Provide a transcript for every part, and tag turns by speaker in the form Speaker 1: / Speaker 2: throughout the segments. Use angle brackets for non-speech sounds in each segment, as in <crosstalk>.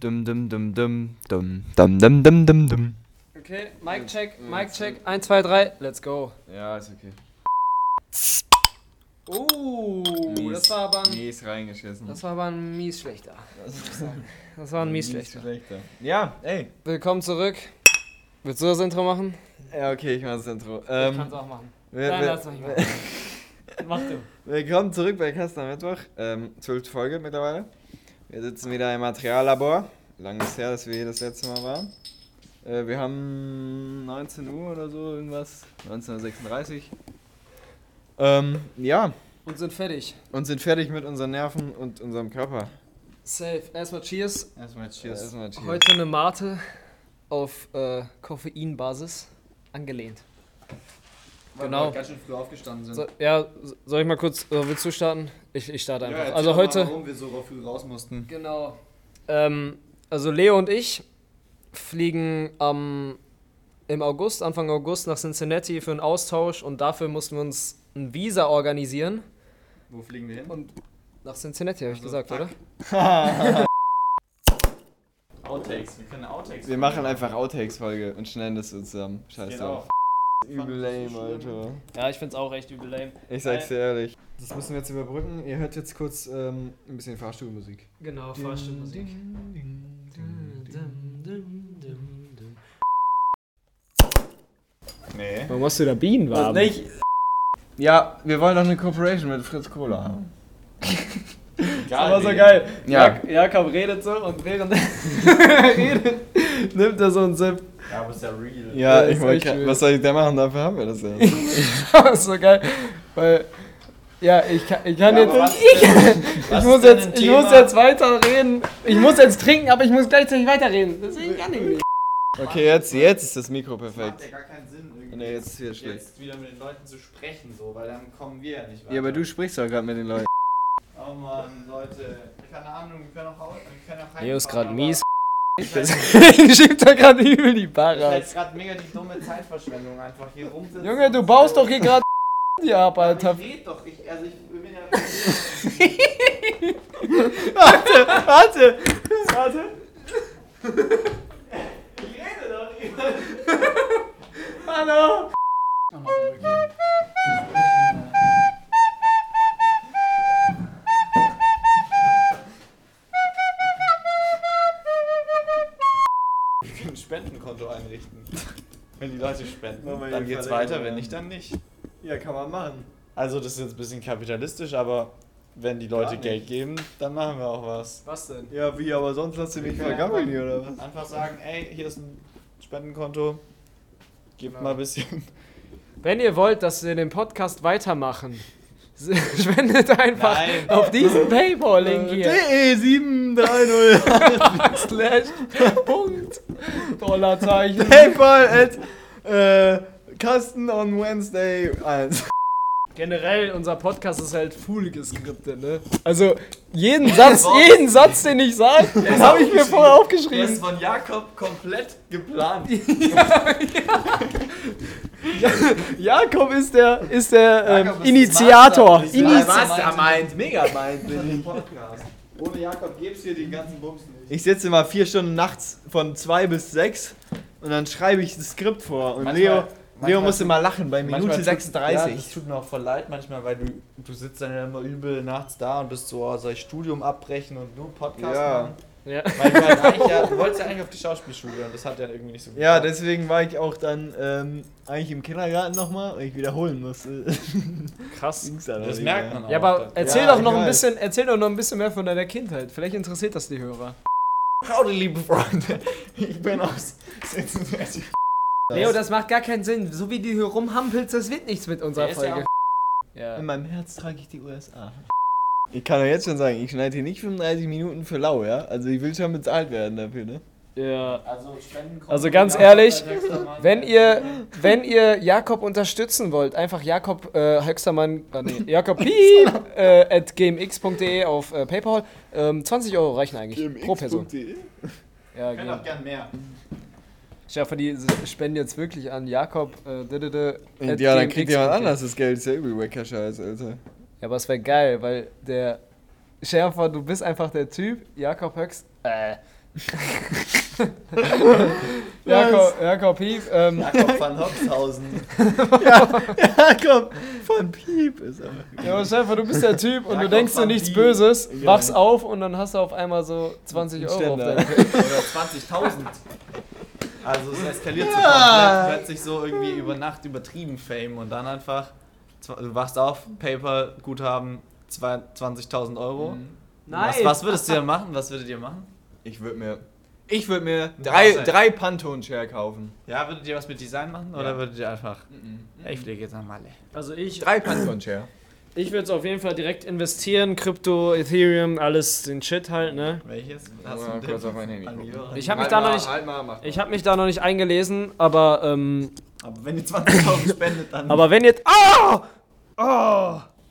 Speaker 1: Dum dum dum dum dum dum dum dum dum dum.
Speaker 2: Okay, Mic check, Mic check. 1, 2, 3, let's go.
Speaker 3: Ja, ist okay.
Speaker 2: Oh, das war aber ein,
Speaker 3: Mies reingeschissen.
Speaker 2: das war aber ein mies schlechter. <laughs> Das war ein mies schlechter.
Speaker 3: Ja, ey.
Speaker 2: Willkommen zurück. Willst du das Intro machen?
Speaker 3: Ja, okay, ich mach das Intro.
Speaker 2: ich
Speaker 3: Ähm,
Speaker 2: kann's auch machen.
Speaker 3: wir,
Speaker 2: Nein,
Speaker 3: wir,
Speaker 2: lass mich
Speaker 3: <laughs>
Speaker 2: machen. Mach du.
Speaker 3: Willkommen zurück bei Kasten am Mittwoch. Ähm, zwölfte Folge mittlerweile. Wir sitzen wieder im Materiallabor. Lang ist her, dass wir hier das letzte Mal waren. Äh, wir
Speaker 1: Hm,
Speaker 3: haben 19 Uhr oder so, irgendwas. 19.36 Uhr. Ähm, ja,
Speaker 2: Und sind fertig.
Speaker 3: und sind fertig mit unseren Nerven und unserem Körper.
Speaker 2: Safe. Erstmal Cheers.
Speaker 1: Erstmal
Speaker 3: Erstmal Cheers.
Speaker 2: Heute eine Mate auf äh, Koffeinbasis angelehnt. Genau.
Speaker 1: halt ganz schön früh aufgestanden sind.
Speaker 2: So, ja, so- soll ich mal kurz, äh, willst du starten? Ich, ich starte einfach.
Speaker 1: erzähl
Speaker 2: also
Speaker 1: doch mal,
Speaker 2: heute.
Speaker 1: Warum wir so früh raus mussten.
Speaker 2: Genau. Ähm, also Leo und ich fliegen am, im August, Anfang August nach Cincinnati für einen Austausch und dafür mussten wir uns ein Visa organisieren.
Speaker 1: Wo fliegen wir hin?
Speaker 2: Und nach Cincinnati, habe ich
Speaker 1: Ach so,
Speaker 2: gesagt,
Speaker 1: fuck.
Speaker 2: oder?
Speaker 4: Outtakes, wir können Outtakes.
Speaker 3: Wir machen einfach Outtakes-Folge und schneiden das so zusammen. Scheiß
Speaker 4: Genau.
Speaker 3: drauf. Übel lame, Alter.
Speaker 4: Ja, ich find's auch echt übel lame.
Speaker 3: Ich sag's dir ehrlich. Das müssen wir jetzt überbrücken. Ihr hört jetzt kurz ähm, ein bisschen Fahrstuhlmusik.
Speaker 2: Genau,
Speaker 4: Nee.
Speaker 2: Warum hast du da Bienen
Speaker 3: Was nicht? Ja, wir wollen doch eine Corporation mit Fritz Cola haben.
Speaker 4: Egal.
Speaker 3: Ja.
Speaker 4: Digga.
Speaker 2: Jakob redet so und während <laughs> er redet, nimmt er so einen Sip. <laughs>
Speaker 4: Ja, aber ist ja real.
Speaker 3: Ja,
Speaker 2: Ja,
Speaker 3: ich
Speaker 2: ist
Speaker 3: wollte
Speaker 2: echt
Speaker 3: grad-
Speaker 2: wild.
Speaker 3: Was soll ich da machen? Dafür haben wir das ja. Ich
Speaker 2: das ist so geil, weil ja, ich kann, ich kann
Speaker 4: Ja,
Speaker 2: jetzt
Speaker 4: aber was
Speaker 2: nicht,
Speaker 4: ist denn-
Speaker 2: <laughs> ich
Speaker 4: was
Speaker 2: muss
Speaker 4: ist denn ein
Speaker 2: jetzt ich
Speaker 4: Thema?
Speaker 2: muss jetzt weiterreden. Ich muss jetzt trinken, aber ich muss gleichzeitig weiterreden. Deswegen kann ich nicht.
Speaker 3: <laughs> Okay, jetzt, jetzt ist das Mikro
Speaker 4: Macht ja
Speaker 3: perfekt.
Speaker 4: gar keinen Sinn, irgendwie.
Speaker 3: Nee, jetzt ist wieder schlecht.
Speaker 4: jetzt wieder mit den Leuten zu sprechen, so, weil dann kommen wir ja nicht weiter.
Speaker 3: Ja, aber du sprichst doch gerade mit den Leuten.
Speaker 4: Oh Mann, Leute. Keine Ahnung, wir können auch, hau- wir können auch
Speaker 2: Leo ist
Speaker 4: heimfahren,
Speaker 2: gerade
Speaker 4: aber
Speaker 2: mies.
Speaker 4: Ich
Speaker 2: <laughs>
Speaker 4: weiß-
Speaker 2: Schiebt da gerade übel die
Speaker 4: Das ist
Speaker 2: Barre.
Speaker 4: jetzt gerade mega die dumme Zeitverschwendung, einfach hier rumsitzen.
Speaker 2: Junge, du baust doch hier gerade <laughs> die ab,
Speaker 4: Ich
Speaker 2: Alter.
Speaker 4: red doch, ich, also ich bin ja.
Speaker 2: <laughs> Warte.
Speaker 4: Warte! Ich rede doch über.
Speaker 2: Hallo.
Speaker 4: Ich kann ein
Speaker 3: <laughs>
Speaker 4: Spendenkonto einrichten. Wenn die Leute spenden,
Speaker 3: Machen wir
Speaker 4: dann
Speaker 3: hier
Speaker 4: geht's
Speaker 3: verlinken,
Speaker 4: weiter,
Speaker 3: ja.
Speaker 4: wenn nicht, dann nicht.
Speaker 3: Ja, kann man machen.
Speaker 4: Also das ist jetzt ein bisschen kapitalistisch, aber wenn die Leute
Speaker 3: nicht.
Speaker 4: Geld geben, dann machen wir auch was.
Speaker 2: Was denn?
Speaker 3: Ja, wie, aber sonst lasst ihr mich
Speaker 4: können
Speaker 3: vergammeln hier,
Speaker 4: einfach-
Speaker 3: oder was?
Speaker 4: Einfach sagen, ey, hier ist ein Spendenkonto. Gebt
Speaker 2: Genau.
Speaker 4: mal ein bisschen.
Speaker 2: Wenn ihr wollt, dass wir den Podcast weitermachen, <laughs> spendet einfach
Speaker 4: Nein. Äh,
Speaker 2: auf
Speaker 4: <laughs>
Speaker 2: diesen Paywall-Link hier.
Speaker 3: E DE730
Speaker 2: Slash Punkt Dollarzeichen.
Speaker 3: Paypal at äh, Kasten on Wednesday 1.
Speaker 2: Generell, unser Podcast ist halt full geskriptet, ne? Also, jeden
Speaker 4: <laughs>
Speaker 2: Satz, jeden Satz, den ich sage, habe ich mir vorher aufgeschrieben.
Speaker 4: von Jakob komplett geplant.
Speaker 2: Jakob ist der, ist der ähm,
Speaker 4: Jakob ist
Speaker 2: Initiator.
Speaker 4: das Master-
Speaker 2: Init
Speaker 4: Master-
Speaker 3: Mastermind, Megamind bin ich.
Speaker 4: Podcast. Ohne Jakob gibt's hier den ganzen Bums nicht.
Speaker 3: Ich sitze immer vier Stunden nachts von zwei bis sechs und dann schreibe ich das Skript vor. Und
Speaker 4: Manchmal-
Speaker 3: Leo, Leo
Speaker 4: manchmal
Speaker 3: muss
Speaker 4: tut-
Speaker 3: immer lachen bei
Speaker 4: Manchmal
Speaker 3: Minute
Speaker 4: tut- Ja,
Speaker 3: 36.
Speaker 4: das tut mir auch voll leid manchmal, weil du, du sitzt dann ja immer übel nachts da und bist so, oh, soll ich Studium abbrechen und nur Podcast
Speaker 3: Ja.
Speaker 4: machen?
Speaker 2: ja.
Speaker 4: Weil du, halt eigentlich, ja, du wolltest ja eigentlich auf die Schauspielschule und das hat ja irgendwie nicht so gut
Speaker 3: Ja,
Speaker 4: geklappt.
Speaker 3: deswegen war ich auch dann ähm, eigentlich im Kindergarten nochmal, weil ich wiederholen
Speaker 4: <laughs>
Speaker 3: musste.
Speaker 2: Krass.
Speaker 4: das merkt man auch.
Speaker 2: Ja, aber
Speaker 4: Genau,
Speaker 2: äh,
Speaker 4: Das-
Speaker 2: erzähl
Speaker 3: Ja,
Speaker 2: doch noch
Speaker 3: ich
Speaker 2: ein
Speaker 3: weiß.
Speaker 2: bisschen, erzähl doch noch ein bisschen mehr von deiner Kindheit. Vielleicht interessiert das die Hörer.
Speaker 3: Howdy, liebe Freunde. Ich bin aus Cincinnati.
Speaker 2: Leo, das macht gar keinen Sinn. So wie du hier rumhampelst, das wird nichts mit unserer
Speaker 4: Der ist ja
Speaker 2: Folge. Ja.
Speaker 3: In meinem Herz trage ich die USA. Ich kann ja jetzt schon sagen, ich schneide hier nicht 35 Minuten für lau, ja? Also ich will schon bezahlt werden dafür, ne?
Speaker 2: ja.
Speaker 4: also, Spendenkonto-
Speaker 2: Also ganz ehrlich, Wenn ihr, wenn ihr Jakob unterstützen wollt, einfach Jakob äh, Höxtermann, äh, nee,
Speaker 3: <laughs>
Speaker 2: Jakob Piep, äh, at gmx.de auf äh, PayPal. Ähm, 20 Euro reichen eigentlich pro Person. Ja,
Speaker 4: Könnt
Speaker 2: genau.
Speaker 4: auch gern mehr.
Speaker 2: Ich hoffe, die spenden jetzt wirklich an Jakob. Äh, dödödö, at
Speaker 3: Ja, dann kriegt
Speaker 2: gmx.de.
Speaker 3: jemand anders das Geld. Ist ja übel wacker Scheiß, Alter.
Speaker 2: Ja, aber es
Speaker 3: <laughs>
Speaker 2: wäre geil, weil der Schärfer, du bist einfach der Typ, Jakob Höx, äh,
Speaker 5: Jakob, Jakob Hief, ähm,
Speaker 4: Jakob van Hoxhausen.
Speaker 3: Jakob von Piep ist aber.
Speaker 5: ja, aber Stefan, du bist der Typ und du
Speaker 4: Jakob
Speaker 5: denkst dir
Speaker 4: van
Speaker 5: nichts
Speaker 4: Dien.
Speaker 5: Böses,
Speaker 3: Genau.
Speaker 5: wachst auf und dann hast du auf einmal so 20 Euro auf
Speaker 3: Ständer.
Speaker 5: deinem
Speaker 4: Oder 20.000. Also es eskaliert so
Speaker 3: Ja.
Speaker 4: komplett. Plötzlich so irgendwie über Nacht übertrieben Fame und dann einfach, zw- du wachst auf, PayPal, Guthaben, zwei- 20.000 Euro. Was, was würdest du denn machen? Was würdet ihr machen?
Speaker 3: Ich würde mir. Ich würde mir drei, drei Pantone-Share kaufen.
Speaker 4: Ja, würdet ihr was mit Design machen oder
Speaker 3: Ja.
Speaker 4: würdet ihr einfach, ich fliege jetzt nach Malle.
Speaker 2: Also ich,
Speaker 3: Drei
Speaker 2: <laughs>
Speaker 3: Pantone-Share.
Speaker 2: ich würde es auf jeden Fall direkt investieren, Krypto, Ethereum, alles den Shit halt, ne?
Speaker 4: Welches?
Speaker 3: mal
Speaker 4: einen
Speaker 3: kurz
Speaker 4: Tipp?
Speaker 3: auf mein Handy
Speaker 4: <laughs> An
Speaker 3: gucken.
Speaker 4: Joran.
Speaker 2: Ich hab mich da noch nicht,
Speaker 3: Halt mal, mach.
Speaker 2: ich habe mich da noch nicht eingelesen, aber ähm,
Speaker 4: Aber wenn ihr 20.000 spendet, dann...
Speaker 2: aber wenn jetzt, ah,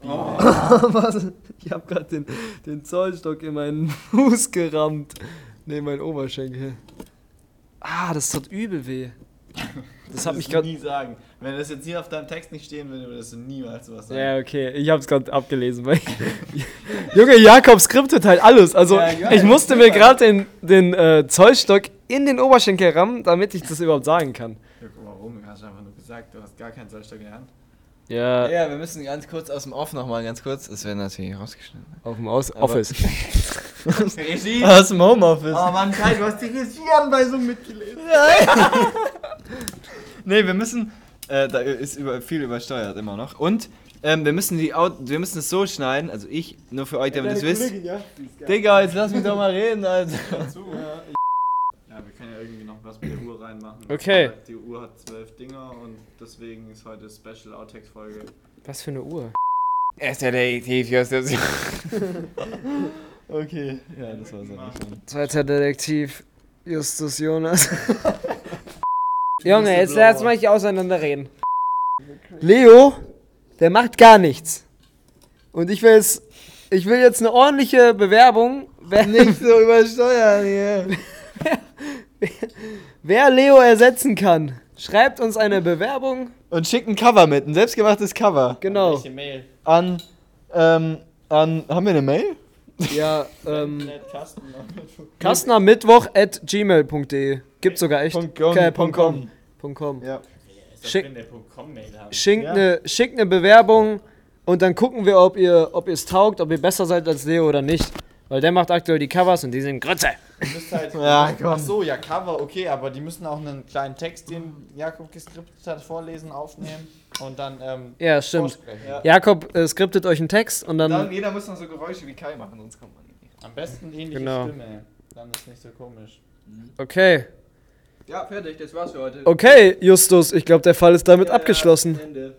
Speaker 2: oh! <laughs> Was? Ich habe gerade den, den Zollstock in meinen <laughs> Fuß gerammt. Ne, meinen Oberschenkel. Ah, das tut übel weh. Das hat mich
Speaker 4: würdest du
Speaker 2: gerade.
Speaker 4: nie sagen. Wenn das jetzt hier auf deinem Text nicht stehen würde, würdest du niemals sowas sagen.
Speaker 2: Ja, okay, ich hab's gerade abgelesen. Weil <laughs> Junge, Jakob skriptet halt alles. Also,
Speaker 4: Ja, geil.
Speaker 2: ich musste mir gerade den, den äh, Zollstock in den Oberschenkel rammen, damit ich das überhaupt sagen kann.
Speaker 4: Ja, guck mal, warum? Du hast einfach nur gesagt, du hast gar keinen Zollstock in der Hand.
Speaker 2: Ja,
Speaker 3: Ja, wir müssen ganz kurz aus dem Off nochmal ganz kurz. Das werden
Speaker 2: <laughs>
Speaker 3: natürlich rausgeschnitten.
Speaker 2: auf dem Aus
Speaker 3: Aber-
Speaker 2: Office.
Speaker 4: Regie!
Speaker 3: Aus dem Homeoffice.
Speaker 4: Oh Mann, Kai, du hast die Regieanweisung mitgelesen.
Speaker 3: Nee, wir müssen. Äh, da ist über, viel übersteuert immer noch. Und ähm, wir müssen die Au wir müssen es so schneiden, also ich, nur für euch, damit ihr es wisst.
Speaker 4: ja?
Speaker 3: Digga, jetzt lass mich doch mal reden,
Speaker 2: <laughs>
Speaker 3: Alter.
Speaker 4: Zu, ja. ja, wir können ja irgendwie noch was mit der Uhr reinmachen.
Speaker 2: Okay.
Speaker 4: Die Uhr hat zwölf Dinger und deswegen ist heute Special Outtakes-Folge.
Speaker 2: Was für eine Uhr?
Speaker 3: Er ist der Detektiv, hier ist der Okay, ja, das war's auch nicht.
Speaker 2: Zweiter Detektiv Justus Jonas. <laughs> Junge, jetzt lass mal hier auseinanderreden. Leo, der macht gar nichts. Und ich will jetzt, ich will jetzt eine ordentliche Bewerbung. <laughs> Wer,
Speaker 3: Nicht so übersteuern hier.
Speaker 2: wer Leo ersetzen kann, schreibt uns eine Bewerbung.
Speaker 3: Und schickt ein Cover mit, ein selbstgemachtes Cover.
Speaker 2: Genau.
Speaker 4: Welche Mail?
Speaker 3: An, ähm, an, haben wir eine Mail?
Speaker 2: Ja, ähm,
Speaker 4: Nett, <laughs> Kasten.
Speaker 2: kastnermittwoch at gmail.de. Gibt sogar echt.
Speaker 3: Punkt com,
Speaker 2: Okay, Punkt
Speaker 3: Punkt
Speaker 2: com. Punkt com.
Speaker 3: Ja.
Speaker 2: Schick-
Speaker 4: Wenn der .com-Mail haben.
Speaker 2: Schickt
Speaker 3: Ja.
Speaker 2: eine schickt ne Bewerbung und dann gucken wir, ob ihr ob es taugt, ob ihr besser seid als Leo oder nicht. Weil der macht aktuell die Covers und die sind Grütze.
Speaker 4: Ihr müsst halt.
Speaker 3: Ja, komm.
Speaker 4: Ach so, ja, Cover, okay, aber die müssen auch einen kleinen Text, den Jakob geskriptet hat, vorlesen, aufnehmen und dann ähm,
Speaker 2: Ja, ähm, stimmt.
Speaker 4: vorsprechen.
Speaker 2: Jakob äh, skriptet euch einen Text und dann.
Speaker 3: jeder muss noch so Geräusche wie Kai machen, sonst kommt man nicht.
Speaker 4: Am besten ähnliche
Speaker 2: Genau.
Speaker 4: Stimme. Dann ist nicht so komisch.
Speaker 2: Okay.
Speaker 3: Ja, fertig, das war's für heute.
Speaker 2: Okay, Justus, ich glaube, der Fall ist damit abgeschlossen.
Speaker 3: Ende.